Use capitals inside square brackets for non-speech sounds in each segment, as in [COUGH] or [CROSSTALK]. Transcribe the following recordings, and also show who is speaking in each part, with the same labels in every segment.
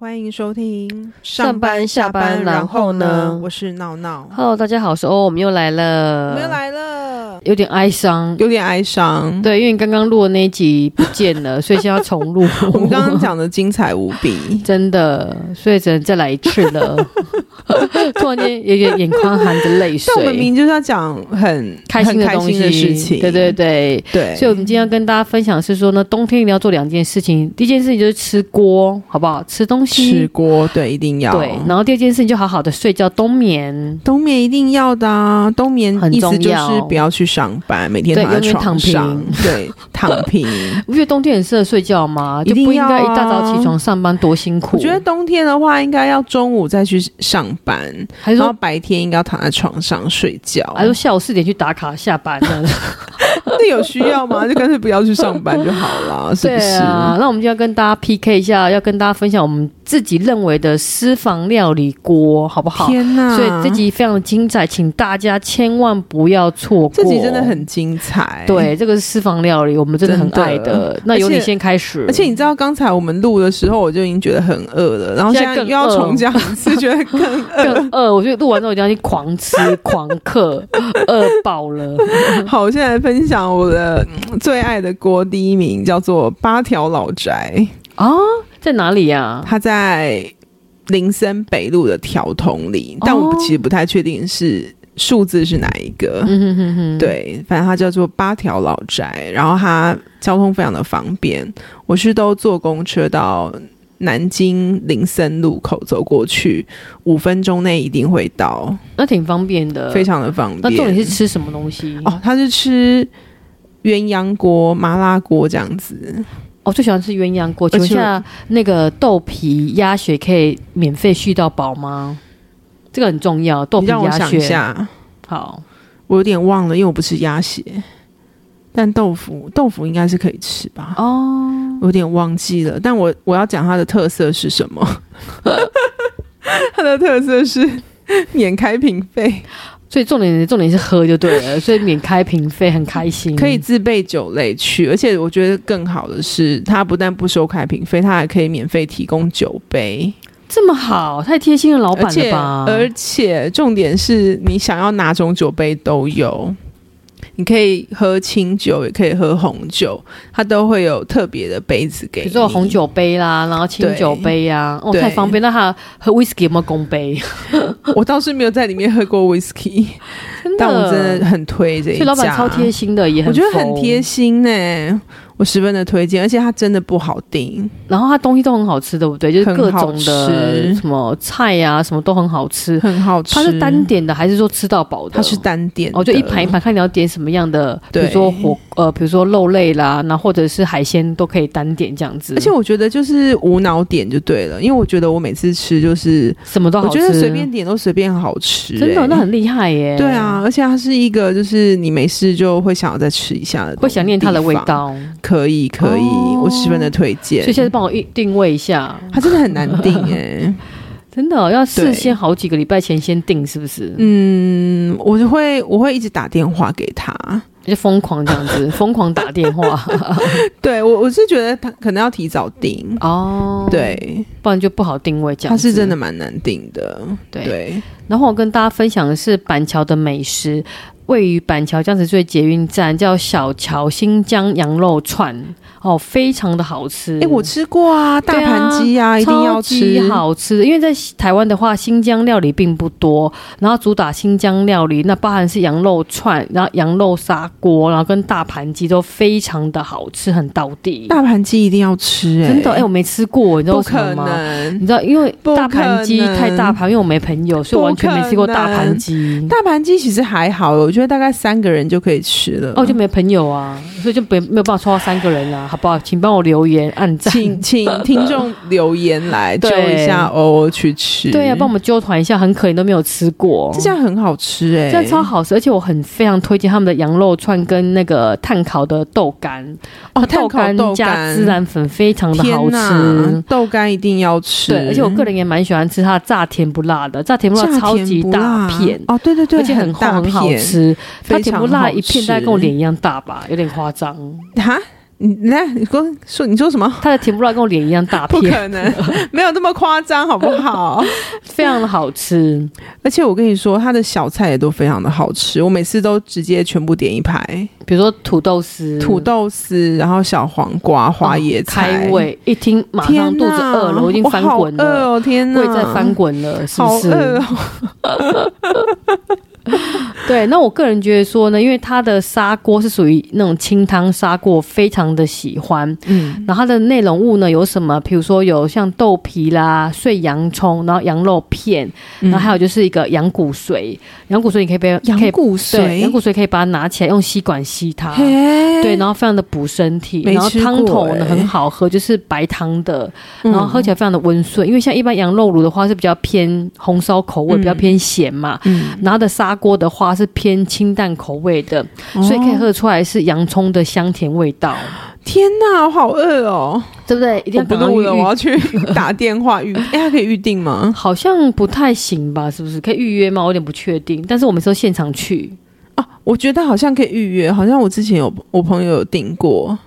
Speaker 1: 欢迎收听
Speaker 2: 上班下班然后呢
Speaker 1: 我是闹闹，
Speaker 2: Hello，大家好，我是欧，我们又来
Speaker 1: 我
Speaker 2: 了，
Speaker 1: 们又，来了，
Speaker 2: 有点哀伤。
Speaker 1: 有点哀伤。。
Speaker 2: 对，因为刚刚录的那一集不见了，所以现在要重录，
Speaker 1: 我们刚刚讲的精彩无比
Speaker 2: [LAUGHS] 真的，所以只能再来一次
Speaker 1: [LAUGHS]
Speaker 2: 了。突然间有点眼眶含着泪水
Speaker 1: 但我，们明明就是要讲很
Speaker 2: 开心
Speaker 1: 很
Speaker 2: 的
Speaker 1: 开
Speaker 2: 东西
Speaker 1: 心的事情，
Speaker 2: 对对对。
Speaker 1: 对，
Speaker 2: 所以，我们今天要跟大家分享的是说呢，冬天一定要做两件事情。第一件事情就是吃锅，好不好？吃东
Speaker 1: 吃
Speaker 2: 西。
Speaker 1: 锅对一定要
Speaker 2: 对，然后第二件事情就好好的睡觉冬眠。
Speaker 1: 冬眠一定要的啊！冬眠
Speaker 2: 很
Speaker 1: 意思
Speaker 2: 重
Speaker 1: 就
Speaker 2: 要
Speaker 1: 是不要去上班，每天
Speaker 2: 对
Speaker 1: 躺在
Speaker 2: 永远
Speaker 1: 床
Speaker 2: 躺平
Speaker 1: 上， [LAUGHS] 对，躺平。
Speaker 2: [LAUGHS] 不觉得冬天很适合睡觉吗？
Speaker 1: 一
Speaker 2: 就
Speaker 1: 定
Speaker 2: 不应该
Speaker 1: 要
Speaker 2: 一
Speaker 1: 啊
Speaker 2: 大早起床上班多辛苦。
Speaker 1: 我觉得冬天的话，应该要中午再去上班，
Speaker 2: 还是
Speaker 1: 然后
Speaker 2: 说啊哎
Speaker 1: 白天应该要躺在床上睡觉。
Speaker 2: 还说下午四点去打卡下班呢？
Speaker 1: 那有需要吗？就干脆不要去上班就好
Speaker 2: [LAUGHS]
Speaker 1: 了， [LAUGHS] 是不
Speaker 2: [LAUGHS] 对
Speaker 1: 是？
Speaker 2: 啊，那我们就要跟大家 PK 一下，要跟大家分享我们自己认为的私房料理锅，好不好？
Speaker 1: 天啊哪！
Speaker 2: 所以这集非常精彩，请大家千万不要错过。
Speaker 1: 这集真的很精彩，。
Speaker 2: 对，这个是私房料理，我们真的很爱
Speaker 1: 真的
Speaker 2: 的。那由
Speaker 1: 而
Speaker 2: 你
Speaker 1: 且
Speaker 2: 先开始，
Speaker 1: 而且你知道，刚才我们录的时候，我就已经觉得很饿了，然后现
Speaker 2: 现
Speaker 1: 在
Speaker 2: 在
Speaker 1: 又
Speaker 2: 更
Speaker 1: 要
Speaker 2: 饿
Speaker 1: 重讲一次，觉得 [LAUGHS] 更饿。
Speaker 2: 更呃饿，我觉得录完之后一定要去狂
Speaker 1: [LAUGHS]
Speaker 2: 吃狂嗑，饿爆了。 [LAUGHS]
Speaker 1: 好，我现在来分享我的嗯最爱的锅，第一名叫做八条老宅，
Speaker 2: 在哪里呀、
Speaker 1: 它在林森北路的条筒里，但我
Speaker 2: 哦
Speaker 1: 其实不太确定是数字是哪一个。
Speaker 2: 嗯哼哼哼，
Speaker 1: 对，反正它叫做八条老宅，然后它交通非常的方便，我是都坐公车到南京林森路口走过去，五分钟内一定会到，
Speaker 2: 那挺方便的，
Speaker 1: 非。常的方便。
Speaker 2: 呃那重点是吃什么东西？
Speaker 1: 哦，他是吃鸳鸯锅、麻辣锅这样子，
Speaker 2: 我哦最喜欢吃鸳鸯锅，
Speaker 1: 而且
Speaker 2: 请问一下，那个豆皮鸭血可以免费续到饱吗？这个很重要，豆
Speaker 1: 你
Speaker 2: 皮
Speaker 1: 让我
Speaker 2: 鸭
Speaker 1: 想一
Speaker 2: 血。
Speaker 1: 下，
Speaker 2: 好，
Speaker 1: 我有点忘了，因为我不吃鸭血，但豆腐豆腐应该是可以吃吧？哦，我有点忘记了，但我我要讲它的特色是什么？ [LAUGHS] 它的特色是 [LAUGHS] 免开瓶费，
Speaker 2: 所以重点重点是喝就对
Speaker 1: [LAUGHS]
Speaker 2: 了，所以免开瓶费，很开心。
Speaker 1: 可以自备酒类去，而且我觉得更好的是，它不但不收开瓶费，它还可以免费提供酒杯，
Speaker 2: 这么好，太贴心了，老板
Speaker 1: 而且
Speaker 2: 了吧？
Speaker 1: 而且重点是你想要哪种酒杯都有，你可以喝清酒，也可以喝红酒，它都会有特别的杯子给
Speaker 2: 比
Speaker 1: 你。
Speaker 2: 如说有红酒杯啦，然后清酒杯呀、哦，
Speaker 1: 对
Speaker 2: 太方便。那他喝 whisky 有没有公杯？
Speaker 1: 我倒是没有在里面喝过 whisky，
Speaker 2: 真
Speaker 1: [LAUGHS]
Speaker 2: 的，
Speaker 1: 但我真的很推这一
Speaker 2: 所以
Speaker 1: 家，
Speaker 2: 老板超贴心的，也很
Speaker 1: 我觉得很
Speaker 2: 疯
Speaker 1: 贴。心呢、我十分的推荐，而且它真的不好订，
Speaker 2: 然后他东西都很好吃，对不对？就是各
Speaker 1: 很好
Speaker 2: 种的
Speaker 1: 吃
Speaker 2: 什么菜呀、什么都很好吃。
Speaker 1: 很好吃。
Speaker 2: 它是单，点的还是说吃到饱的？
Speaker 1: 它是单点的，
Speaker 2: 哦，就一盘一盘看你要点什么样的，比
Speaker 1: 对
Speaker 2: 如说火呃，比如说肉类啦，然后或者是海鲜都可以单点这样子，
Speaker 1: 而且我觉得就是无脑点就对了，因为我觉得我每次吃就是，
Speaker 2: 什么都
Speaker 1: 我
Speaker 2: 好吃，
Speaker 1: 觉得随便点都随便好吃、
Speaker 2: 真的
Speaker 1: 欸
Speaker 2: 那很厉害耶，
Speaker 1: 对啊，，而且它是一个就是你没事就会想要再吃一下的，
Speaker 2: 会想念它的味。道，
Speaker 1: 可以可以，
Speaker 2: 哦
Speaker 1: 我十分的推荐。
Speaker 2: 所以现在帮我定定位一下，
Speaker 1: 它真的很难定哎、
Speaker 2: [LAUGHS] 真的哦、要
Speaker 1: 对
Speaker 2: 事先好几个礼拜前先定，是不是？
Speaker 1: 嗯，我就会我会一直打电话给他。
Speaker 2: 就疯狂这样子，疯狂打电话
Speaker 1: [LAUGHS] 对我我是觉得他可能要提早定，
Speaker 2: 哦，，
Speaker 1: 对，
Speaker 2: [LAUGHS] 不然就不好定位这样
Speaker 1: 他
Speaker 2: 子，
Speaker 1: 是真的蛮难定的。
Speaker 2: 对。
Speaker 1: 对，
Speaker 2: 然后我跟大家分享的是板桥的美食，位于板桥江子翠捷运站，叫小桥新疆羊肉串，哦，非常的好吃。
Speaker 1: 哎、我吃过啊，大
Speaker 2: 嗯对啊
Speaker 1: 盘鸡啊，一定要吃
Speaker 2: 超级。好吃的，因为在台湾的话，新疆料理并不多，然后主打新疆料理，那包含是羊肉串，然后羊肉砂锅，然后跟大盘鸡都非常的好吃，很道地。
Speaker 1: 大盘鸡一定要吃、哎，
Speaker 2: 真的，哎、我没吃过，你知道
Speaker 1: 不
Speaker 2: 为什
Speaker 1: 可
Speaker 2: 么吗？
Speaker 1: 能。
Speaker 2: 你知道，因为
Speaker 1: 不
Speaker 2: 大盘鸡
Speaker 1: 可能
Speaker 2: 太大盘，因为我没朋友，所以我完全没吃过大盘鸡。
Speaker 1: 大盘鸡其实还好，我觉得大概三个人就可以吃了。
Speaker 2: 哦，就没朋友啊，所以就没没有办法抽到三个人啊，好不好？请帮我留言、按赞。 [LAUGHS]
Speaker 1: 请请听众留言来揪
Speaker 2: 对
Speaker 1: 一下欧欧去吃，
Speaker 2: 对啊，帮我们揪团一下，很可怜都没有吃过，
Speaker 1: 这家很好吃哎、
Speaker 2: 这样超好吃，而且我很非常推荐他们的羊肉串跟那个炭烤的豆干，
Speaker 1: 哦，
Speaker 2: 豆
Speaker 1: 碳烤
Speaker 2: 干
Speaker 1: 豆
Speaker 2: 加
Speaker 1: 干，
Speaker 2: 孜然粉非常的好
Speaker 1: 天哪
Speaker 2: 吃。，
Speaker 1: 豆干一定要吃，
Speaker 2: 对，而且我个人也蛮喜欢吃它的炸甜不辣的，炸甜不
Speaker 1: 炸
Speaker 2: 辣
Speaker 1: 甜
Speaker 2: 超级
Speaker 1: 不
Speaker 2: 大
Speaker 1: 辣
Speaker 2: 片，
Speaker 1: 哦，对对对，
Speaker 2: 而且很厚
Speaker 1: 大
Speaker 2: 很好
Speaker 1: 片，
Speaker 2: 吃。它
Speaker 1: 非
Speaker 2: 甜
Speaker 1: 常
Speaker 2: 不辣一
Speaker 1: 好
Speaker 2: 片
Speaker 1: 吃
Speaker 2: 大概跟我脸一样大吧，有点夸张。
Speaker 1: 哈，你来，你说说你说什么？
Speaker 2: 它的甜不辣跟我脸一样大
Speaker 1: [LAUGHS] 不
Speaker 2: 片，
Speaker 1: 可能，没有那么夸张，好不好？
Speaker 2: 非常的好吃。
Speaker 1: 而且我跟你说，它的小菜也都非常的好吃，我每次都直接全部点一排，
Speaker 2: 比如说土豆丝，
Speaker 1: 土豆丝，然后小黄瓜、花椰菜，
Speaker 2: 哦开胃，一听马上肚子饿了，我已经翻滚
Speaker 1: 我好饿
Speaker 2: 了，
Speaker 1: 哦，天哪，
Speaker 2: 胃在翻，滚了，是
Speaker 1: 好
Speaker 2: 不是？
Speaker 1: 饿哦，
Speaker 2: 对，那我个人觉得说呢，因为它的砂锅是属于那种清汤砂锅，我非常的喜欢。
Speaker 1: 嗯，
Speaker 2: 然后它的内容物呢有什么？比如说有像豆皮啦、碎洋葱，然后羊肉片，然后还有就是一个羊骨髓。羊骨髓你可以被
Speaker 1: 嗯羊
Speaker 2: 可以
Speaker 1: 骨
Speaker 2: 对羊
Speaker 1: 髓，
Speaker 2: 骨髓可以把它拿起来用吸管吸它。
Speaker 1: 嘿
Speaker 2: 对，然后非常的补身体，
Speaker 1: 哎没
Speaker 2: 然后
Speaker 1: 吃
Speaker 2: 汤
Speaker 1: 过嗯
Speaker 2: 头
Speaker 1: 欸
Speaker 2: 呢很好喝，就是白汤的，然后喝起来非常的温顺。因为像一般羊肉炉的话是比较偏红烧口味，比较
Speaker 1: 嗯
Speaker 2: 偏咸嘛，
Speaker 1: 嗯，
Speaker 2: 然后它的砂锅的话是偏清淡口味的，所以可以
Speaker 1: 哦。
Speaker 2: 喝出来是洋葱的香甜味道，
Speaker 1: 天哪，我好饿哦！
Speaker 2: 对不对？一定
Speaker 1: 我
Speaker 2: 要
Speaker 1: 不
Speaker 2: 赶快
Speaker 1: 录了，
Speaker 2: 预
Speaker 1: 我要去
Speaker 2: [LAUGHS]
Speaker 1: 打电话预。哎，它可以预定吗？
Speaker 2: 好像不太行吧？是不是可以预约吗？我有点不确定。但是我们是现场去，
Speaker 1: 哦，我觉得好像可以预约，好像我之前有我朋友有订过，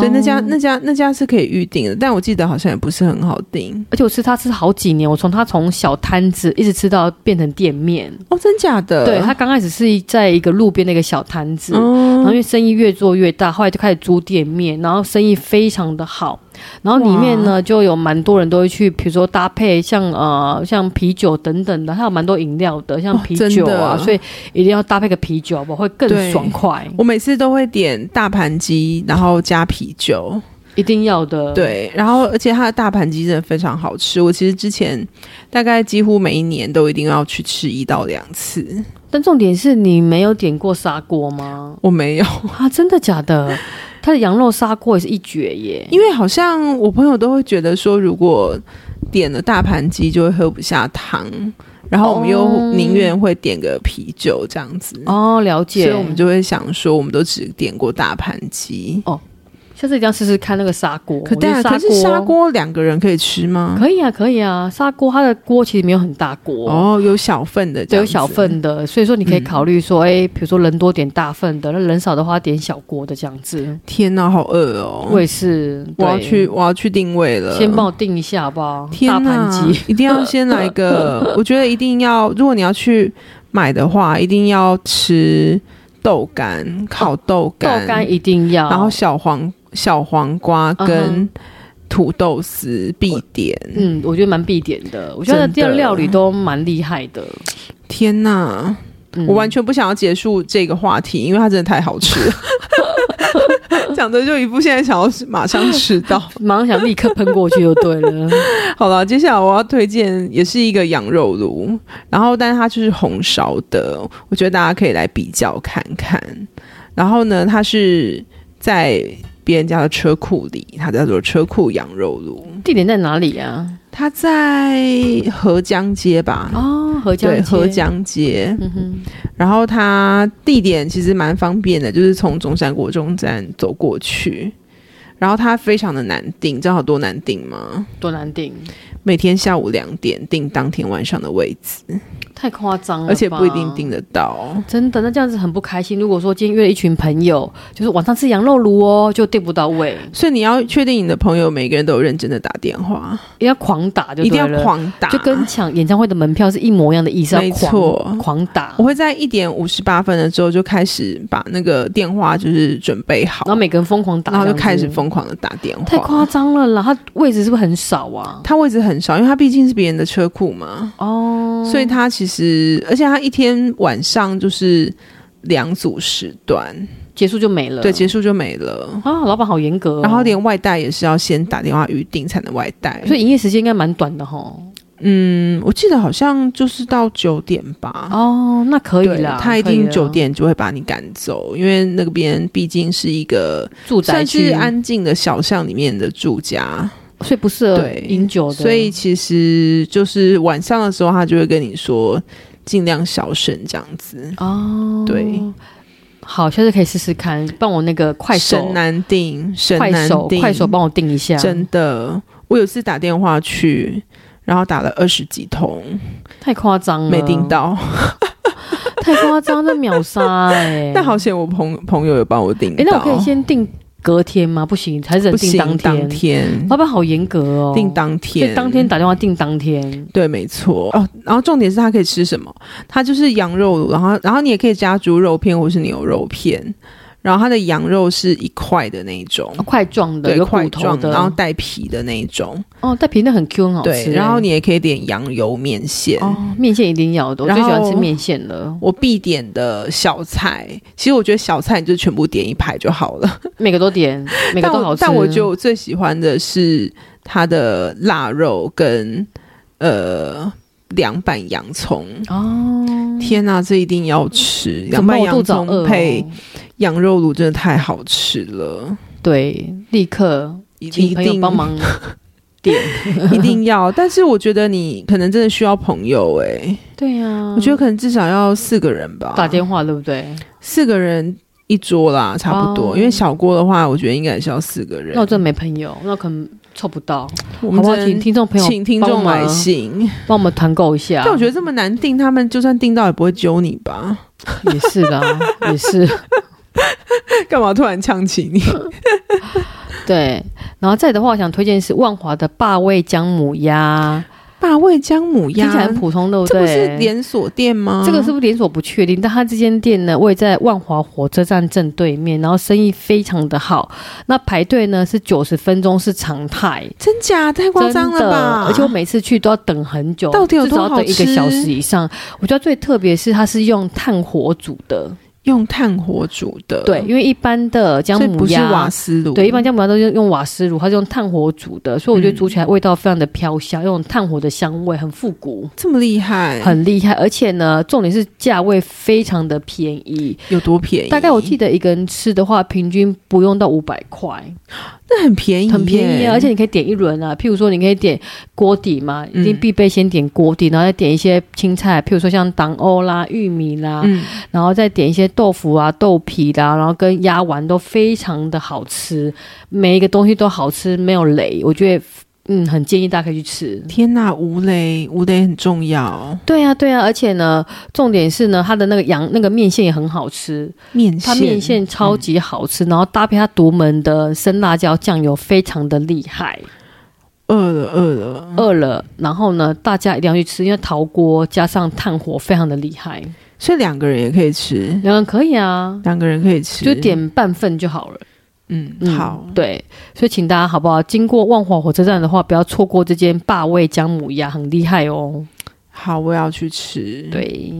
Speaker 1: 对，那家
Speaker 2: 哦
Speaker 1: 那家那家是可以预定的，但我记得好像也不是很好订
Speaker 2: 而且我吃它吃好几年，我从它从小摊子一直吃到变成店面。
Speaker 1: 哦，真假的？
Speaker 2: 对，它刚开始是在一个路边的一个小摊子，然后
Speaker 1: 嗯，
Speaker 2: 因为生意越做越大，后来就开始租店面，然后生意非常的好。然后里面呢，就有蛮多人都会去，比如说搭配像呃像啤酒等等的，它有蛮多饮料的，像
Speaker 1: 哦
Speaker 2: 啤酒
Speaker 1: 真
Speaker 2: 啊，
Speaker 1: 的
Speaker 2: 所以一定要搭配个啤酒，好不好会更
Speaker 1: 对
Speaker 2: 爽快，
Speaker 1: 我每次都会点大盘鸡，然后加啤酒，
Speaker 2: 一定要的。，
Speaker 1: 对，然后而且它的大盘鸡真的非常好吃，我其实之前大概几乎每一年都一定要去吃一到两次，
Speaker 2: 但重点是你没有点过砂锅吗？
Speaker 1: 我没有，
Speaker 2: 啊，真的假的？它的羊肉砂锅也是一绝耶。
Speaker 1: 因为好像我朋友都会觉得说，如果点了大盘鸡就会喝不下汤，然后我们
Speaker 2: 哦
Speaker 1: 又宁愿会点个啤酒这样子。
Speaker 2: 哦，了
Speaker 1: 所
Speaker 2: 解。
Speaker 1: 以我们就会想说，我们都只点过大盘鸡。
Speaker 2: 下次一定要试试看那个哦砂锅。
Speaker 1: 可
Speaker 2: 我觉
Speaker 1: 对
Speaker 2: 得
Speaker 1: 啊，可是砂锅两个人可以吃吗？
Speaker 2: 可以啊，可以啊，砂锅它的锅其实没有很大锅。
Speaker 1: 哦，有小份的这
Speaker 2: 对，有
Speaker 1: 样子，嗯
Speaker 2: 小份的，所以说你可以考虑说，哎、比如说人多点大份的，那人少的话点小锅的这样子。
Speaker 1: 天哪，好饿哦！
Speaker 2: 我也是，
Speaker 1: 我要
Speaker 2: 对
Speaker 1: 去，，我要去定位了。
Speaker 2: 先帮我订一下好不好？
Speaker 1: 天
Speaker 2: 大
Speaker 1: 哪
Speaker 2: 盘鸡，
Speaker 1: 一定要先来
Speaker 2: [LAUGHS]
Speaker 1: 个，我觉得一定要，如果你要去买的话，一定要吃豆干、烤豆
Speaker 2: 豆
Speaker 1: 干、
Speaker 2: 干一定要，
Speaker 1: 然后小黄小黄瓜
Speaker 2: 嗯
Speaker 1: 跟土豆丝必点。
Speaker 2: 嗯，我觉得蛮必点的。我觉得
Speaker 1: 真的
Speaker 2: 这料理都蛮厉害的。
Speaker 1: 天哪！
Speaker 2: 嗯
Speaker 1: 我完全不想要结束这个话题，因为它真的太好吃了。 [LAUGHS] 讲的就一副现在想要马上吃到。
Speaker 2: 马上想立刻喷过去就对
Speaker 1: [LAUGHS]
Speaker 2: 了。
Speaker 1: 好了，接下来我要推荐也是一个羊肉炉，然后但是它就是红烧的，我觉得大家可以来比较看看。然后呢，它是在别人家的车库里，它叫做车库羊肉炉，
Speaker 2: 地点在哪里啊？
Speaker 1: 它在合江街吧。
Speaker 2: 哦，合江
Speaker 1: 对，
Speaker 2: 街
Speaker 1: 合。江街，
Speaker 2: 嗯哼，
Speaker 1: 然后它地点其实蛮方便的，就是从中山国中站走过去。然后它非常的难订，你知道有多难订吗？
Speaker 2: 多难订，
Speaker 1: 每天下午两点订当天晚上的位置。
Speaker 2: 太夸张了吧，
Speaker 1: 而且不一定订得到。
Speaker 2: 真的，那这样子很不开心。如果说今天约了一群朋友，就是晚上吃羊肉炉哦，就订不到位，
Speaker 1: 所以你要确定你的朋友每个人都有认真的打电话，
Speaker 2: 一定要狂打就
Speaker 1: 一
Speaker 2: 对
Speaker 1: 定
Speaker 2: 了，
Speaker 1: 要狂打，
Speaker 2: 就跟抢演唱会的门票是一模一样的意思，要
Speaker 1: 没
Speaker 2: 狂
Speaker 1: 错
Speaker 2: 狂打
Speaker 1: 我，会在一点五十八分的时候就开始把那个电话就是准备好，
Speaker 2: 然后每个人疯狂打，
Speaker 1: 然后就
Speaker 2: 这样子
Speaker 1: 开始，疯狂的打电话。
Speaker 2: 太夸张了啦！他位置是不是很少啊？
Speaker 1: 他位置很少，因为他毕竟是别人的车库嘛，
Speaker 2: 哦，
Speaker 1: 所以他其实而且他一天晚上就是两组时段，
Speaker 2: 结束就没了。
Speaker 1: 对，结束就没了。
Speaker 2: 啊，老板好严格、哦，
Speaker 1: 然后连外带也是要先打电话预定才能外带，
Speaker 2: 所以营业时间应该蛮短的哈。
Speaker 1: 嗯，我记得好像就是到九点吧。
Speaker 2: 哦，那可以
Speaker 1: 啊对
Speaker 2: 啦，
Speaker 1: 他一
Speaker 2: 可以啊
Speaker 1: 定
Speaker 2: 啦
Speaker 1: 九点就会把你赶走，因为那边毕竟是一个
Speaker 2: 住宅
Speaker 1: 算是
Speaker 2: 区，
Speaker 1: 安静的小巷里面的住家，
Speaker 2: 所以不适合
Speaker 1: 对
Speaker 2: 饮酒的，
Speaker 1: 所以其实就是晚上的时候，他就会跟你说尽量小声这样子，
Speaker 2: 哦，
Speaker 1: 对，
Speaker 2: 好，下次可以试试看，帮我那个快手
Speaker 1: 神，难定，神
Speaker 2: 快
Speaker 1: 难
Speaker 2: 手，
Speaker 1: 定，
Speaker 2: 快手帮我定一下，
Speaker 1: 真的，我有次打电话去。然后打了二十几通，
Speaker 2: 太夸张了，
Speaker 1: 没订，到，
Speaker 2: 太夸张，这秒杀
Speaker 1: [LAUGHS]
Speaker 2: 哎、
Speaker 1: 但好险我朋朋友有帮我订到。
Speaker 2: 哎、那我可以先订隔天吗？不行，还是
Speaker 1: 不
Speaker 2: 得定
Speaker 1: 行，
Speaker 2: 当天。
Speaker 1: 当天
Speaker 2: 老板好严格哦，
Speaker 1: 定当
Speaker 2: 所以
Speaker 1: 天，
Speaker 2: 当天打电话定当天。
Speaker 1: 对，没错哦。然后重点是它可以吃什么？它就是羊肉卤，然后然后你也可以加猪肉片或是牛肉片。然后它的羊肉是一块的那一种，
Speaker 2: 块状的，
Speaker 1: 对，
Speaker 2: 哦有
Speaker 1: 块
Speaker 2: 骨头
Speaker 1: 状，
Speaker 2: 的，
Speaker 1: 然后带皮的那一种。
Speaker 2: 哦，带皮那很 Q，很好吃
Speaker 1: 对，
Speaker 2: 欸。
Speaker 1: 然后你也可以点羊油面线。
Speaker 2: 哦，面线一定要的，我
Speaker 1: 然
Speaker 2: 最喜欢
Speaker 1: 后
Speaker 2: 吃面线了，
Speaker 1: 我必点的小菜，其实我觉得小菜你就全部点一排就好了。
Speaker 2: 每个都点， [LAUGHS] 每个
Speaker 1: 但
Speaker 2: 都
Speaker 1: 我
Speaker 2: 好吃。
Speaker 1: 但我觉得我最喜欢的是它的腊肉跟呃凉拌洋葱。
Speaker 2: 哦，
Speaker 1: 天呐、这一定要吃！
Speaker 2: 嗯怎
Speaker 1: 凉
Speaker 2: 么
Speaker 1: 拌
Speaker 2: 我肚
Speaker 1: 洋
Speaker 2: 子好饿
Speaker 1: 葱
Speaker 2: 哦
Speaker 1: 配羊肉卤真的太好吃了，
Speaker 2: 对，立刻
Speaker 1: 一定
Speaker 2: 请
Speaker 1: 一
Speaker 2: 朋友
Speaker 1: 定
Speaker 2: 帮忙点。
Speaker 1: [LAUGHS] 一定要。但是我觉得你可能真的需要朋友哎、
Speaker 2: 对呀，
Speaker 1: 我觉得可能至少要四个人吧，
Speaker 2: 嗯打电话对不对？
Speaker 1: 四个人一桌啦，差不多。
Speaker 2: 哦
Speaker 1: 因为小锅的话，我觉得应该也是要四个人。
Speaker 2: 那我真的没朋友，那可能凑不到。
Speaker 1: 我
Speaker 2: 好
Speaker 1: 们
Speaker 2: 不好？
Speaker 1: 只能
Speaker 2: 请听众朋友
Speaker 1: 请听众来
Speaker 2: 帮忙
Speaker 1: 信。
Speaker 2: 帮我们团购一下。
Speaker 1: 但我觉得这么难定，他们就算定到也不会揪你
Speaker 2: [LAUGHS]
Speaker 1: 吧？
Speaker 2: 得也是
Speaker 1: [LAUGHS]
Speaker 2: 啦，也是
Speaker 1: 干嘛突然呛起
Speaker 2: [LAUGHS]
Speaker 1: 你？
Speaker 2: 对。然后再的话，我想推荐是万华的霸味姜母鸭，
Speaker 1: 大卫姜母
Speaker 2: 听起来
Speaker 1: 鸭
Speaker 2: 很，普通，对不
Speaker 1: 这
Speaker 2: 对？
Speaker 1: 不是连啊锁店吗？
Speaker 2: 这个是不是连锁不确定，但它这间店呢位在万华火车站正对面，然后生意非常的好。那排队呢是九十分钟是常态，
Speaker 1: 真假？太夸张了
Speaker 2: 真的
Speaker 1: 吧！
Speaker 2: 而且我每次去都要等很久，
Speaker 1: 到底有
Speaker 2: 至少
Speaker 1: 多
Speaker 2: 要
Speaker 1: 好
Speaker 2: 等一
Speaker 1: 吃
Speaker 2: 个小时以上。我觉得最特别是它是用炭火煮的，
Speaker 1: 用炭火煮的，
Speaker 2: 对，因为一般的姜
Speaker 1: 所以
Speaker 2: 母
Speaker 1: 不是瓦
Speaker 2: 鸭。
Speaker 1: 斯炉，
Speaker 2: 对，一般姜母鸭都是用瓦斯炉，它是用炭火煮的，所以我觉得
Speaker 1: 嗯
Speaker 2: 煮起来味道非常的飘香，有种炭火的香味，很复古，
Speaker 1: 这么厉害，
Speaker 2: 很厉害。而且呢，重点是价位非常的便宜，
Speaker 1: 有多便宜？
Speaker 2: 大概我记得一个人吃的话，平均不用到五百块，
Speaker 1: 那很便宜，
Speaker 2: 很便宜啊！而且你可以点一轮啊，譬如说你可以点锅底嘛，
Speaker 1: 嗯
Speaker 2: 一定必备先点锅底，然后再点一些青菜，譬如说像党欧啦、玉米啦，
Speaker 1: 嗯，
Speaker 2: 然后再点一些豆腐啊、豆皮啦，然后跟鸭丸都非常的好吃，每一个东西都好吃，没有雷，我觉得嗯，很建议大家可以去吃。
Speaker 1: 天呐，吴雷，吴雷很重要，
Speaker 2: 对呀、对呀、啊而且呢，重点是呢，它的那个羊那个面线也很好吃，
Speaker 1: 面
Speaker 2: 它
Speaker 1: 线，
Speaker 2: 面线嗯超级好吃，然后搭配它独门的生辣椒酱油，非常的厉害。
Speaker 1: 饿了饿了，
Speaker 2: 饿了，然后呢，大家一定要去吃，因为陶锅加上炭火，非常的厉害。
Speaker 1: 所以两个人也可以吃，
Speaker 2: 两个人可以啊，
Speaker 1: 两个人可以吃，
Speaker 2: 就点半份就好了。
Speaker 1: 嗯
Speaker 2: 嗯
Speaker 1: 好，
Speaker 2: 对，所以请大家好不好？经过万华火车站的话，不要错过这间霸味姜母鸭，很厉害哦。
Speaker 1: 好，我要去吃，，
Speaker 2: 对，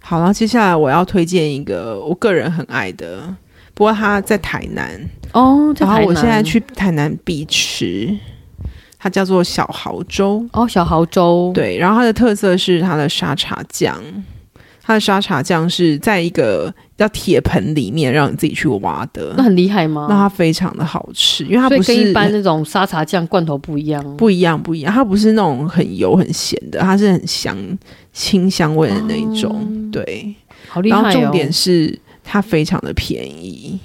Speaker 1: 好，然后接下来我要推荐一个我个人很爱的。不过他在台南，
Speaker 2: 哦，在
Speaker 1: 然后
Speaker 2: 台
Speaker 1: 我现在
Speaker 2: 南
Speaker 1: 去台南必吃，它叫做小蚝粥。
Speaker 2: 哦小濠州，，
Speaker 1: 对，然后它的特色是它的沙茶酱，它的沙茶酱是在一个叫铁盆里面让你自己去挖的，
Speaker 2: 那很厉害吗？
Speaker 1: 那它非常的好吃，因为它
Speaker 2: 哦所以
Speaker 1: 不
Speaker 2: 跟一
Speaker 1: 是
Speaker 2: 般那种沙茶酱罐头不一样。
Speaker 1: 不一样不一样，它不是那种很油很咸的，它是很香清香味的那一种，对。
Speaker 2: 好哦厉害
Speaker 1: 然
Speaker 2: 哦！
Speaker 1: 后重点是它非常的便宜，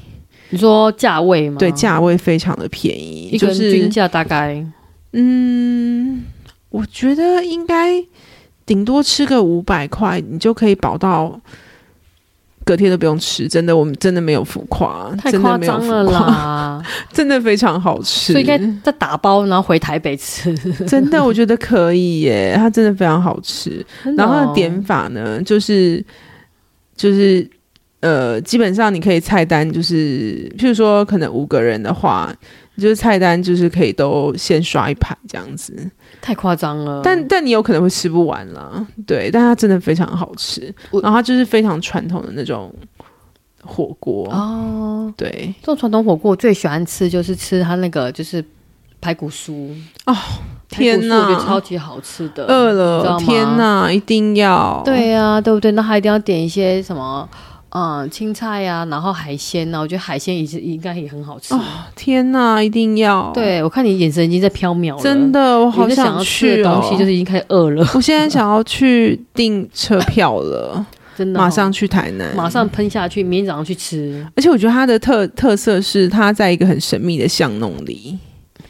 Speaker 2: 你说价位吗？
Speaker 1: 对，价位非常的便宜，
Speaker 2: 一个
Speaker 1: 就
Speaker 2: 人均
Speaker 1: 是
Speaker 2: 价大概
Speaker 1: 嗯，我觉得应该顶多吃个五百块，你就可以饱到隔天都不用吃。真的，我们真的没有浮夸，
Speaker 2: 太
Speaker 1: 真
Speaker 2: 夸
Speaker 1: 的没有
Speaker 2: 张了
Speaker 1: 浮夸， [LAUGHS]
Speaker 2: 啦，
Speaker 1: 真的非常好吃
Speaker 2: 所以。应该再打包，然后回台北吃。
Speaker 1: 真的，我觉得可以耶，它真的非常好吃。 [LAUGHS] 然后它的
Speaker 2: 哦
Speaker 1: 点法呢，就是就是呃，基本上你可以菜单就是，譬如说可能五个人的话，你就是菜单就是可以都先刷一盘这样子。
Speaker 2: 太夸张了，
Speaker 1: 但但你有可能会吃不完啦，对，但它真的非常好吃，
Speaker 2: 我
Speaker 1: 然后它就是非常传统的那种火锅，
Speaker 2: 哦，
Speaker 1: 对，
Speaker 2: 这种传统火锅我最喜欢吃就是吃它那个就是排骨酥
Speaker 1: 哦，
Speaker 2: 排骨
Speaker 1: 天
Speaker 2: 酥我觉得
Speaker 1: 哪呃
Speaker 2: 超级好吃的，
Speaker 1: 饿
Speaker 2: 你知道
Speaker 1: 了，
Speaker 2: 吗
Speaker 1: 天哪，一定要，，
Speaker 2: 对啊，对不对？那还一定要点一些什么？嗯，青菜呀、然后海鲜啊呐、我觉得海鲜也是应该也很好
Speaker 1: 哦
Speaker 2: 吃。
Speaker 1: 天哪，一定要，，
Speaker 2: 对，我看你眼神已经在飘渺了，
Speaker 1: 真
Speaker 2: 的，
Speaker 1: 的，我好
Speaker 2: 你在想要吃
Speaker 1: 去
Speaker 2: 的
Speaker 1: 哦，
Speaker 2: 东西就是已经开始饿了，
Speaker 1: [LAUGHS] 我现在想要去订车票了，
Speaker 2: 真的哦、
Speaker 1: 马上去台南，
Speaker 2: 马。上喷下去，明天早上去吃，
Speaker 1: 而且我觉得它的特特色是它在一个很神秘的巷弄里，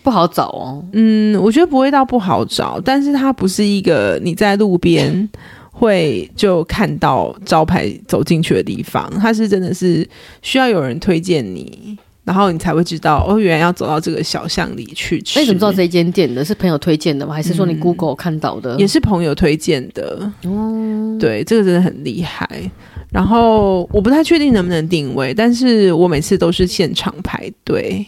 Speaker 2: 不好找哦。
Speaker 1: 嗯，我觉得不会到不好找，但是它不是一个你在路边会就看到招牌走进去的地方，它是真的是需要有人推荐你，然然后你才会知道哦，原来要走到这个小巷里去吃。
Speaker 2: 那你怎么知道这一间店的？是朋友推荐的吗？还是说你 Google 看到的？
Speaker 1: 嗯也是朋友推荐的。哦，对，这个真的很厉害。然后我不太确定能不能定位，但是我每次都是现场排队，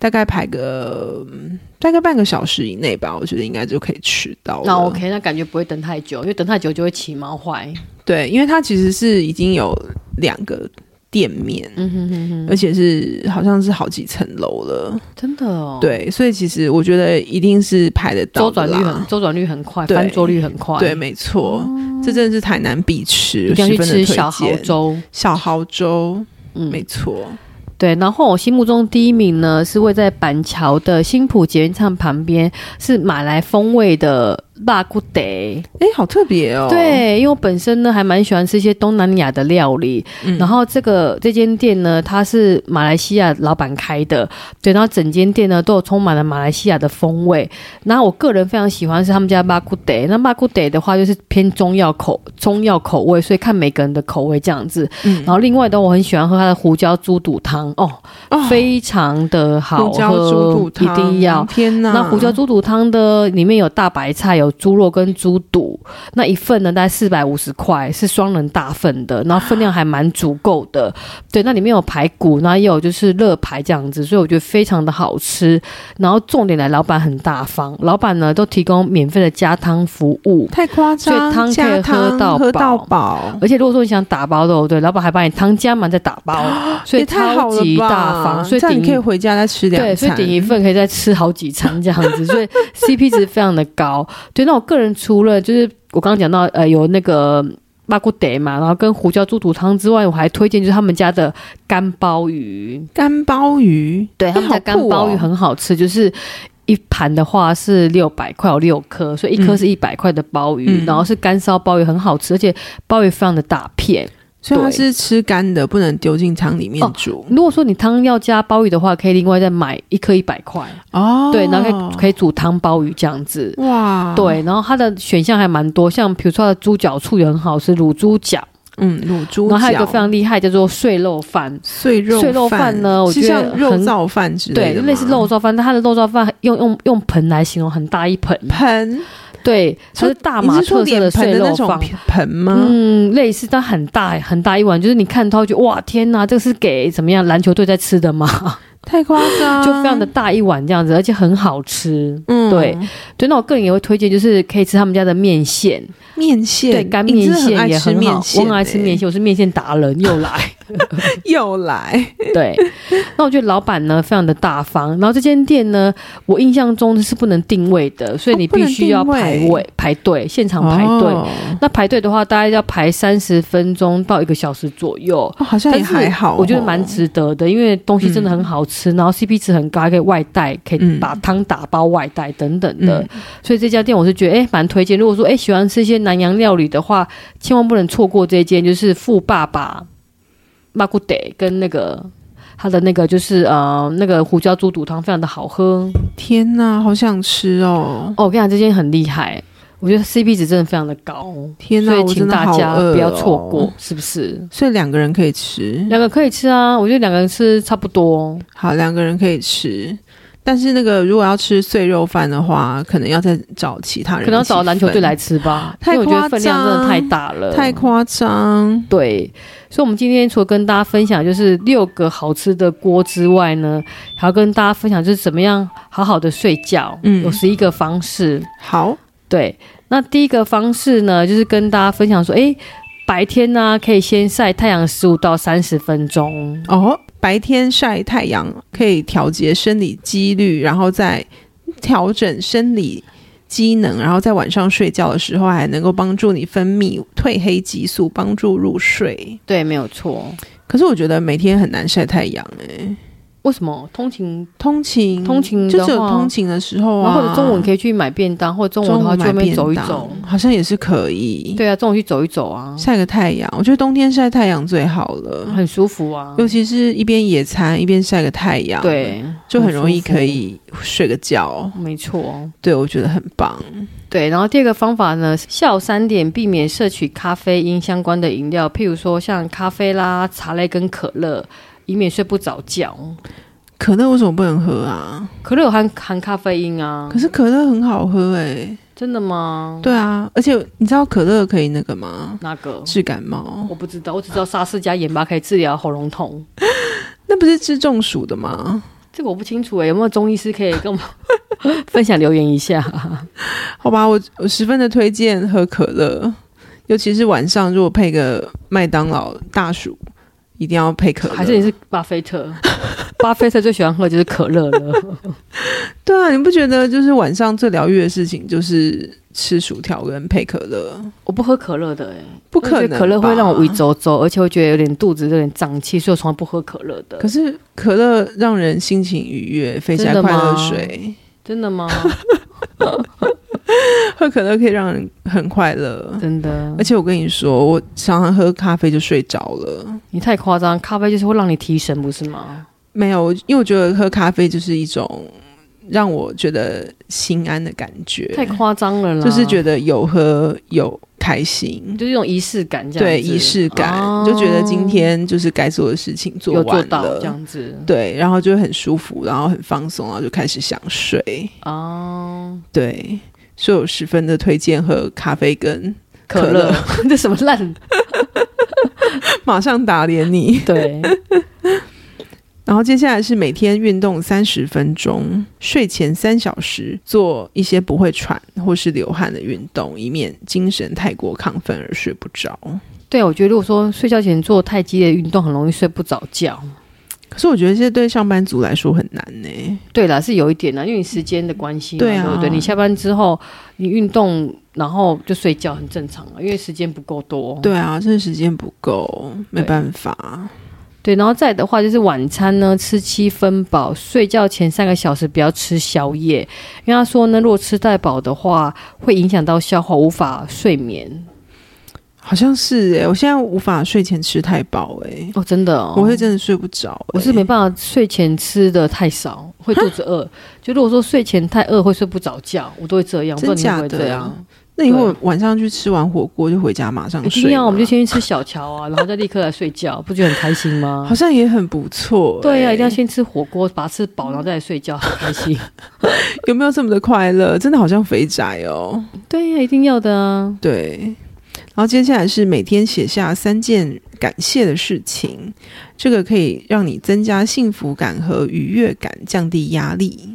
Speaker 1: 大概排个嗯大概半个小时以内吧，我觉得应该就可以吃到了。
Speaker 2: 那哦 OK，那感觉不会等太久，因为等太久就会起毛坏。
Speaker 1: 对，因为它其实是已经有两个店面，
Speaker 2: 嗯哼哼哼，
Speaker 1: 而且是好像是好几层楼了。
Speaker 2: 真的哦。，
Speaker 1: 对，所以其实我觉得一定是排得到
Speaker 2: 周
Speaker 1: 的
Speaker 2: 转
Speaker 1: 啦。
Speaker 2: 率很周转率很快，
Speaker 1: 对
Speaker 2: 翻桌率很快。
Speaker 1: 对，，没错，这真的是台南必吃，
Speaker 2: 一定要
Speaker 1: 十
Speaker 2: 去
Speaker 1: 分的推
Speaker 2: 吃
Speaker 1: 荐。
Speaker 2: 小蚝粥。
Speaker 1: 小蚝粥，
Speaker 2: 嗯，
Speaker 1: 没错，
Speaker 2: 对，然后我心目中第一名呢是位在板桥的新浦捷运站旁边，是马来风味的辣骨得。
Speaker 1: 哎、好特别哦。，
Speaker 2: 对，因为我本身呢还蛮喜欢吃一些东南亚的料理，
Speaker 1: 嗯
Speaker 2: 然后这个这间店呢，它是马来西亚老板开的，对，然后整间店呢都有充满了马来西亚的风味。然后我个人非常喜欢是他们家巴古德，那巴古德的话就是偏中药口中药口味，所以看每个人的口味这样子。
Speaker 1: 嗯
Speaker 2: 然后另外的我很喜欢喝它的胡椒猪肚汤哦，
Speaker 1: 哦
Speaker 2: 非常的好喝，
Speaker 1: 胡椒猪肚汤
Speaker 2: 一定要。
Speaker 1: 天哪！
Speaker 2: 那胡椒猪肚汤的里面有大白菜，有猪肉跟猪肚，那一份呢大概四百五十块，是双人大份的，然后分量还蛮足够的。对，那里面有排骨，然后也有就是热排这样子，所以我觉得非常的好吃。然后重点来，老板很大方，老板呢都提供免费的加汤服务。
Speaker 1: 太夸
Speaker 2: 所以
Speaker 1: 张，
Speaker 2: 汤可以
Speaker 1: 加汤
Speaker 2: 喝到
Speaker 1: 喝到
Speaker 2: 饱
Speaker 1: 饱，
Speaker 2: 而且如果说你想打包的哦，对，老板还把你汤加满再打包，所
Speaker 1: 啊
Speaker 2: 以
Speaker 1: 也太
Speaker 2: 超
Speaker 1: 好了
Speaker 2: 级
Speaker 1: 吧
Speaker 2: 大方，所以
Speaker 1: 这样
Speaker 2: 顶
Speaker 1: 你可以回家再吃两餐。
Speaker 2: 对，所以点一份可以再吃好几餐这样子，所以 [LAUGHS] CP 值非常的高。对，那我个人除了就是我刚刚讲到呃有那个麻古德嘛，然后跟胡椒猪肚汤之外，我还推荐就是他们家的干鲍鱼，
Speaker 1: 干鲍鱼，
Speaker 2: 对
Speaker 1: 哎
Speaker 2: 他们家干鲍
Speaker 1: 好
Speaker 2: 鱼、
Speaker 1: 酷哦
Speaker 2: 很好吃，就是。一盘的话是六百块，有六颗，所以一颗
Speaker 1: 嗯
Speaker 2: 是一百块的鲍鱼，
Speaker 1: 嗯
Speaker 2: 然后是干烧鲍鱼，很好吃，而且鲍鱼非常的大片。
Speaker 1: 所以它
Speaker 2: 对
Speaker 1: 是吃干的，不能丢进汤里面
Speaker 2: 哦
Speaker 1: 煮
Speaker 2: 如果说你汤要加鲍鱼的话，可以另外再买一颗一百块，
Speaker 1: 哦。
Speaker 2: 对，然后可以可以煮汤鲍鱼这样子。
Speaker 1: 以哇，，
Speaker 2: 对，然后它的选项还蛮多，像比如说它的猪脚醋也很好吃，卤猪脚，
Speaker 1: 嗯，卤猪
Speaker 2: 然
Speaker 1: 脚，
Speaker 2: 后还有一个非常厉害叫做碎肉饭。
Speaker 1: 碎肉
Speaker 2: 碎肉饭呢我
Speaker 1: 是
Speaker 2: 觉得
Speaker 1: 像肉
Speaker 2: 很
Speaker 1: 燥饭之
Speaker 2: 对
Speaker 1: 类的，吗，
Speaker 2: 类似肉燥饭，但它的肉燥饭用用用盆来形容，很大一
Speaker 1: [LAUGHS]
Speaker 2: 盆，
Speaker 1: 盆，
Speaker 2: 对，它
Speaker 1: 说
Speaker 2: 是大
Speaker 1: 你
Speaker 2: 马
Speaker 1: 是说
Speaker 2: 特色
Speaker 1: 脸盆
Speaker 2: 碎
Speaker 1: 的那
Speaker 2: 肉
Speaker 1: 种
Speaker 2: 饭，
Speaker 1: 盆吗？
Speaker 2: 嗯，类似，但很大很大一碗，就是你看它会觉得哇天哪，这个是给怎么样篮球队在吃的吗？ [LAUGHS]
Speaker 1: 太夸张，
Speaker 2: 就非常的大一碗这样子，而且很好吃。
Speaker 1: 嗯
Speaker 2: 对对，那我个人也会推荐，就是可以吃他们家的面线，
Speaker 1: 面线，
Speaker 2: 对，干
Speaker 1: 你
Speaker 2: 面
Speaker 1: 真的
Speaker 2: 线
Speaker 1: 爱
Speaker 2: 也
Speaker 1: 吃
Speaker 2: 很好
Speaker 1: 面，线
Speaker 2: 我很爱吃
Speaker 1: 欸
Speaker 2: 面线，我是面线达人，又来。
Speaker 1: 又来，
Speaker 2: [LAUGHS] 对，那我觉得老板呢非常的大方，然后这间店呢，我印象中是不能定位的，所以
Speaker 1: 哦
Speaker 2: 你
Speaker 1: 不
Speaker 2: 必
Speaker 1: 能
Speaker 2: 须要
Speaker 1: 定位
Speaker 2: 排位排队，现场排队。
Speaker 1: 哦
Speaker 2: 那排队的话，大概要排三十分钟到一个小时左右。
Speaker 1: 哦好像
Speaker 2: 但
Speaker 1: 也
Speaker 2: 是
Speaker 1: 还好哦，
Speaker 2: 我觉得蛮值得的，因为东西真的很好吃，然后 CP 值很高，还可以外带，可以
Speaker 1: 嗯
Speaker 2: 把汤打包外带等等的，
Speaker 1: 嗯
Speaker 2: 所以这家店我是觉得哎蛮推荐。如果说哎喜欢吃一些南洋料理的话，千万不能错过这间，就是富爸爸马古德跟那个他的那个就是呃那个胡椒猪肚汤非常的好喝
Speaker 1: 天哪，好想吃哦！
Speaker 2: 哦。我跟你讲，这间很厉害，我觉得 CP 值真的非常的高，
Speaker 1: 天
Speaker 2: 所
Speaker 1: 哪，
Speaker 2: 以
Speaker 1: 我
Speaker 2: 请
Speaker 1: 真的
Speaker 2: 大
Speaker 1: 好
Speaker 2: 家
Speaker 1: 饿
Speaker 2: 不要
Speaker 1: 哦
Speaker 2: 错过，，是不是？
Speaker 1: 所以两个人可以吃，
Speaker 2: 两个可以吃啊，我觉得两个人吃差不多。
Speaker 1: 好，两个人可以吃。但是那个如果要吃碎肉饭的话，可能要再找其他人，
Speaker 2: 可能要找篮球队，来吃吧，因
Speaker 1: 太
Speaker 2: 为我觉得
Speaker 1: 夸
Speaker 2: 分量真的
Speaker 1: 张
Speaker 2: 太大了，
Speaker 1: 太夸张。
Speaker 2: 对。所以，我们今天除了跟大家分享就是六个好吃的锅之外呢，还要跟大家分享就是怎么样好好的睡觉，
Speaker 1: 嗯
Speaker 2: 有十一个方式。
Speaker 1: 好，
Speaker 2: 对，那第一个方式呢，就是跟大家分享说，诶，白天呢、可以先晒太阳十五到三十分钟，
Speaker 1: 哦，白天晒太阳可以调节生理几率，然后再调整生理机能，然后在晚上睡觉的时候还能够帮助你分泌褪黑激素，帮助入睡。
Speaker 2: 对，没有错。
Speaker 1: 可是我觉得每天很难晒太阳哎、
Speaker 2: 为什么通勤？
Speaker 1: 通勤
Speaker 2: 通勤的
Speaker 1: 就
Speaker 2: 话
Speaker 1: 只有通勤的时候
Speaker 2: 然
Speaker 1: 啊，
Speaker 2: 后或者中午你可以去买便当，或者中午
Speaker 1: 中
Speaker 2: 的话
Speaker 1: 午
Speaker 2: 去外
Speaker 1: 买
Speaker 2: 面
Speaker 1: 便
Speaker 2: 走一
Speaker 1: 当
Speaker 2: 走。
Speaker 1: 好像也是可以。
Speaker 2: 对啊，中午去走一走啊，
Speaker 1: 晒个太阳，我觉得冬天晒太阳最好了，
Speaker 2: 很舒服啊。
Speaker 1: 尤其是一边野餐一边晒个太阳，，
Speaker 2: 对，
Speaker 1: 就很容易
Speaker 2: 舒服
Speaker 1: 可，以睡个觉。
Speaker 2: 没错。
Speaker 1: 对，我觉得很棒。
Speaker 2: 对，然后第二个方法呢，下午三点避免摄取咖啡因相关的饮料，譬如说像咖啡啦、茶类跟可乐，以免睡不着觉。
Speaker 1: 可乐为什么不能喝啊？
Speaker 2: 可乐有含含咖啡因啊
Speaker 1: 可，是可乐很好喝哎、
Speaker 2: 真的吗？
Speaker 1: 对啊，而且你知道可乐可以那个吗？
Speaker 2: 那个
Speaker 1: 治感冒，
Speaker 2: 我不知道，我只知道沙士加盐巴可以治疗喉咙痛，
Speaker 1: 那不是治中暑的吗？
Speaker 2: 这个我不清楚哎、有没有中医师可以跟我们 [LAUGHS] 分享留言一下？
Speaker 1: 好吧，我我十分的推荐喝可乐，尤其是晚上如果配个麦当劳大薯，一定要配可乐。
Speaker 2: 还是你是巴菲特？ [LAUGHS] 巴菲特最喜欢喝的就是可乐了。
Speaker 1: 对啊，你不觉得就是晚上最疗愈的事情就是吃薯条跟配可乐？
Speaker 2: 我不喝可乐的哎、
Speaker 1: 不可
Speaker 2: 我
Speaker 1: 能
Speaker 2: 觉
Speaker 1: 吧，
Speaker 2: 得可乐会让我胃走走，而且我觉得有点肚子有点胀气，所以我从来不喝可乐的。
Speaker 1: 可是可乐让人心情愉悦，飞起来
Speaker 2: 真的
Speaker 1: 快乐
Speaker 2: 吗
Speaker 1: 水。
Speaker 2: 真的 [LAUGHS] 吗？
Speaker 1: 喝可乐可以让人很快乐，
Speaker 2: 真的
Speaker 1: 而，且我跟你说，我常常喝咖啡就睡着了。
Speaker 2: 你太夸张，咖啡就是会让你提神，不是吗？
Speaker 1: 没有，因为我觉得喝咖啡就是一种让我觉得心安的感觉，
Speaker 2: 太夸张了啦，
Speaker 1: 就是觉
Speaker 2: 得
Speaker 1: 得有喝有开心，
Speaker 2: 就是一种仪式感这样
Speaker 1: 对
Speaker 2: 子，
Speaker 1: 仪式感，
Speaker 2: 哦
Speaker 1: 就觉得今天就是该做的事情做
Speaker 2: 有
Speaker 1: 完
Speaker 2: 做
Speaker 1: 了，
Speaker 2: 到这样子
Speaker 1: 对，然后就会很舒服，然后很放松，然后就开始想睡。
Speaker 2: 哦。
Speaker 1: 对，所以我十分的推荐喝咖啡跟， [LAUGHS]
Speaker 2: 可乐， [LAUGHS] 这什么烂？
Speaker 1: 马上打脸你。
Speaker 2: 对，
Speaker 1: 然后接下来是每天运动三十分钟，睡前三小时做一些不会喘或是流汗的运动，以免精神太过亢奋而睡不着。
Speaker 2: [LAUGHS] 对，我觉得如果说睡觉前做太激烈的运动，很容易睡不着觉。
Speaker 1: 可是我觉得这对上班族来说很难呢、
Speaker 2: 对啦，是有一点啦，因为你时间的关系嘛，
Speaker 1: 对啊
Speaker 2: 对不对？你下班之后，你运动，然后就睡觉，很正常啊，因为时间不够多。
Speaker 1: 对啊，这时间不够，没办法。
Speaker 2: 对，然后再的话就是晚餐呢，吃七分饱，睡觉前三个小时不要吃宵夜，因为他说呢，如果吃太饱的话，会影响到消化，无法睡眠。
Speaker 1: 好像是哎、我现在无法睡前吃太饱哎、
Speaker 2: 哦，真的哦，
Speaker 1: 我会真的睡不着、
Speaker 2: 我是没办法睡前吃的太少，会肚子饿。就如果说睡前太饿，会睡不着觉，我都会这样。我不
Speaker 1: 真
Speaker 2: 知道
Speaker 1: 假
Speaker 2: 你会不会这
Speaker 1: 的啊
Speaker 2: 样？。
Speaker 1: 那以后晚上去吃完火锅就回家马上
Speaker 2: 一
Speaker 1: 睡
Speaker 2: 定
Speaker 1: 吗，
Speaker 2: 要，我们就先去吃小乔啊，然后再立刻来睡觉，不觉得很开心吗
Speaker 1: 好？像也很不错、
Speaker 2: 对啊，
Speaker 1: 哎
Speaker 2: 一定要先吃火锅，把它吃饱，然后再来睡觉，很
Speaker 1: [LAUGHS]
Speaker 2: 开心。
Speaker 1: 有没有这么的快乐？真的好像肥宅哦。
Speaker 2: 对呀、一定要的啊。
Speaker 1: 对，然后接下来是每天写下三件感谢的事情，这个可以让你增加幸福感和愉悦感，降低压力。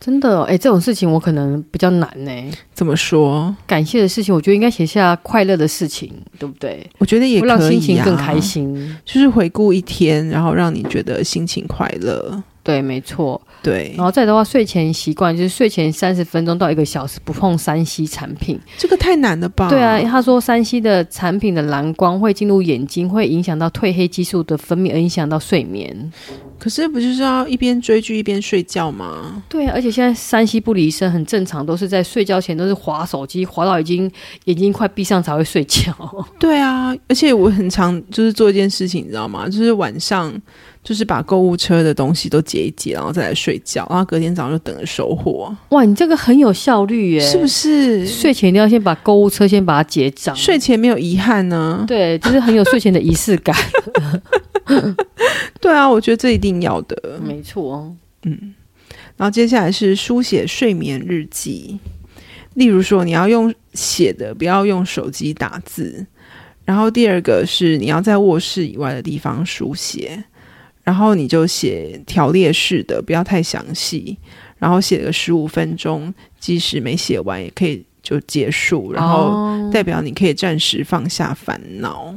Speaker 2: 真的哦，哎、这种事情我可能比较难呢、
Speaker 1: 怎么说？
Speaker 2: 感谢的事情，我觉得应该写下快乐的事情，对不对？
Speaker 1: 我觉得也
Speaker 2: 会
Speaker 1: 可以、啊、
Speaker 2: 让心情更开。心。
Speaker 1: 就是回顾一天，然后让你觉得心情快乐。
Speaker 2: 对，没错。
Speaker 1: 对
Speaker 2: 然，后再的话，睡前习惯就是睡前三十分钟到一个小时不碰三 C 产品。
Speaker 1: 这个太难了吧？
Speaker 2: 对啊，他说三 C 的产品的蓝光会进入眼睛，会影响到褪黑激素的分泌，而影响到睡眠。
Speaker 1: 可是不就是要一边追剧一边睡觉吗？
Speaker 2: 对啊，而且现在三 C 不离身很正常，都是在睡觉前都是划手机，划到已经眼睛快闭上才会睡觉。
Speaker 1: 对啊，而且我很常就是做一件事情，你知道吗？就是晚上就是把购物车的东西都结一结，然后再来睡觉，然后隔天早上就等着收获，
Speaker 2: [LAUGHS] 哇，你这个很有效率耶！
Speaker 1: 是不是？
Speaker 2: 睡前一定要先把购物车先把它结账。
Speaker 1: 睡前没有遗憾呢、
Speaker 2: 啊对，就是很有睡前的仪式感。
Speaker 1: 对啊，我觉得这一定要的。
Speaker 2: [LAUGHS] 没错，
Speaker 1: 然后接下来是书写睡眠日记，例如说你要用写的，不要用手机打字。然后第二个是你要在卧室以外的地方书写，然后你就写条列式的，不要太详细，然后写个十五分钟，即使没写完也可以就结束，然后
Speaker 2: 哦
Speaker 1: 代表你可以暂时放下烦恼。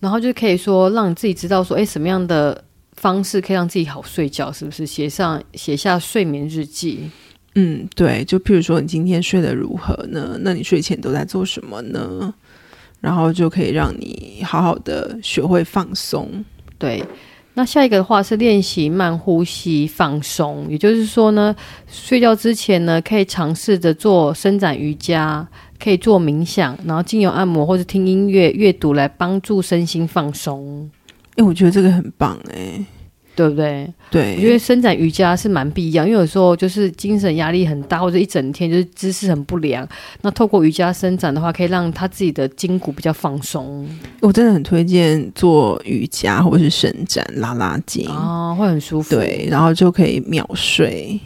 Speaker 2: 然后就可以说让你自己知道说，哎，什么样的方式可以让自己好睡觉，是不是？写上写下睡眠日记。
Speaker 1: 嗯，对，就譬如说你今天睡得如何呢？那你睡前都在做什么呢？然后就可以让你好好的学会放松。
Speaker 2: 对，那下一个的话是练习慢呼吸放松，也就是说呢，睡觉之前呢，可以尝试着做伸展瑜伽，可以做冥想，然后精油按摩或是听音乐、阅读来帮助身心放松。
Speaker 1: 哎，我觉得这个很棒哎、
Speaker 2: 对不对？
Speaker 1: 对，
Speaker 2: 我觉得伸展瑜伽是蛮必要，因为有时候就是精神压力很大，或者一整天就是姿势很不良。那透过瑜伽伸展的话，可以让他自己的筋骨比较放松
Speaker 1: 我真的很推荐做瑜伽或者是伸展拉拉筋，
Speaker 2: 啊，会很舒服。
Speaker 1: 对，然后就可以秒睡。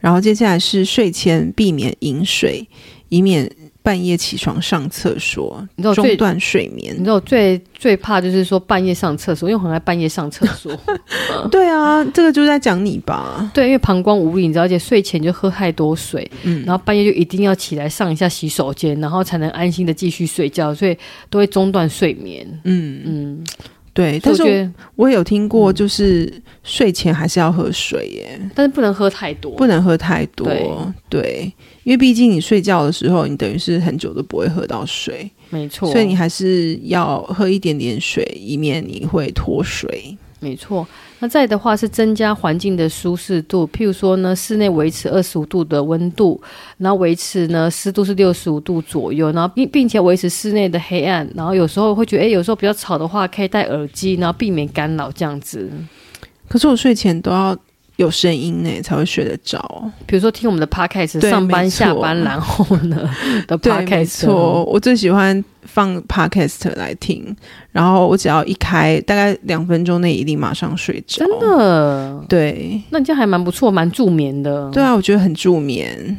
Speaker 1: 然后接下来是睡前避免饮水，以免半夜起床上厕所
Speaker 2: 你知道我
Speaker 1: 中
Speaker 2: 最
Speaker 1: 断睡
Speaker 2: 你
Speaker 1: 眠。
Speaker 2: 知道我最最怕就是说半夜上厕所，因为我很爱半夜上厕
Speaker 1: [LAUGHS]
Speaker 2: 所。
Speaker 1: 对啊，这个就在讲你吧。
Speaker 2: 对，因为膀胱无力，你知道，而且睡前就喝太多水，
Speaker 1: 嗯，
Speaker 2: 然后半夜就一定要起来上一下洗手间，然后才能安心的继续睡觉，所以都会中断睡眠。
Speaker 1: 嗯，
Speaker 2: 嗯，
Speaker 1: 对。但是
Speaker 2: 所以我觉得
Speaker 1: 我有听
Speaker 2: 嗯
Speaker 1: 过，就是睡前还是要喝水耶，
Speaker 2: 但是不能喝太多，
Speaker 1: 不能喝太多。
Speaker 2: 对
Speaker 1: 对，因为毕竟你睡觉的时候，你等于是很久都不会喝到水。
Speaker 2: 没错，
Speaker 1: 所以你还是要喝一点点水，以免你会脱水。
Speaker 2: 没错，那再的话是增加环境的舒适度，譬如说呢，室内维持二十五度的温度，然后维持呢湿度是六十五度左右，然后并并且维持室内的黑暗，然后有时候会觉得，哎，有时候比较吵的话，可以戴耳机，然后避免干扰这样子。
Speaker 1: 可是我睡前都要有声音呢，才会睡得着。
Speaker 2: 比如说听我们的 podcast，
Speaker 1: 对
Speaker 2: 上班
Speaker 1: 没错
Speaker 2: 下班然后呢的
Speaker 1: [LAUGHS] 对，没
Speaker 2: podcast，
Speaker 1: 错，我最喜欢放 podcast 来听，然后我只要一开，大概两分钟内一定马上睡着。
Speaker 2: 真？的，
Speaker 1: 对，
Speaker 2: 那你这样还蛮不错，蛮助眠的。
Speaker 1: 对啊，我觉得很助眠。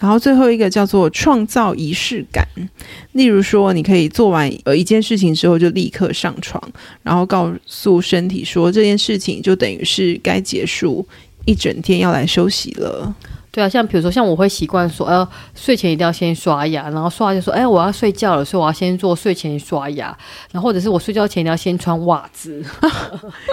Speaker 1: 然后最后一个叫做创造仪式感，例如说，你可以做完呃一件事情之后就立刻上床，然后告诉身体说这件事情就等于是该结束，一整天要来休息
Speaker 2: [LAUGHS]
Speaker 1: 了。
Speaker 2: 对啊，像比如说，像我会习惯说，呃，睡前一定要先刷牙，然后刷牙就说，哎、我要睡觉了，所以我要先做睡前刷牙，然后或者是我睡觉前一定要先穿袜子， [LAUGHS]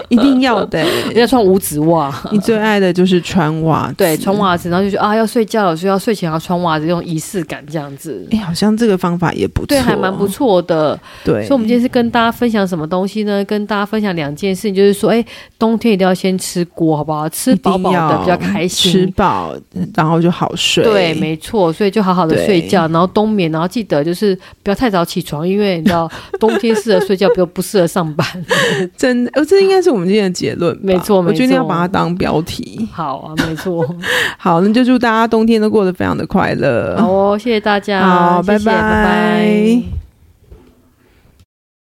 Speaker 1: 一定要的、欸
Speaker 2: 要穿五指袜，
Speaker 1: 你最爱的就是穿袜子，
Speaker 2: 对，穿。袜子，然后就觉得啊要睡觉了，所以要睡前要穿袜子，这种仪式感这样子。
Speaker 1: 哎，好像这个方法也不错，
Speaker 2: 对，还蛮不。错的。
Speaker 1: 对，
Speaker 2: 所以，我们今天是跟大家分享什么东西呢？跟大家分享两件事情，就是说，哎，冬天一定要先吃锅，好不好？吃饱饱的比较开心，
Speaker 1: 吃饱然后就好睡。
Speaker 2: 对，没错，所以就好好的
Speaker 1: 对
Speaker 2: 睡觉，然后冬眠，然后记得就是不要太早起床，因为你
Speaker 1: [LAUGHS]
Speaker 2: 知道冬天适合睡觉，不不适合上班。
Speaker 1: 真的，呃，这应该是我们今天的结论吧。
Speaker 2: 没错
Speaker 1: 我决定
Speaker 2: 没错
Speaker 1: 要把它当标题。
Speaker 2: 好啊，没
Speaker 1: [LAUGHS]
Speaker 2: 错，
Speaker 1: 好，那就祝大家冬天都过得非常的快乐。
Speaker 2: 好哦，谢谢大家，
Speaker 1: 好
Speaker 2: 谢谢
Speaker 1: 拜拜
Speaker 2: 拜拜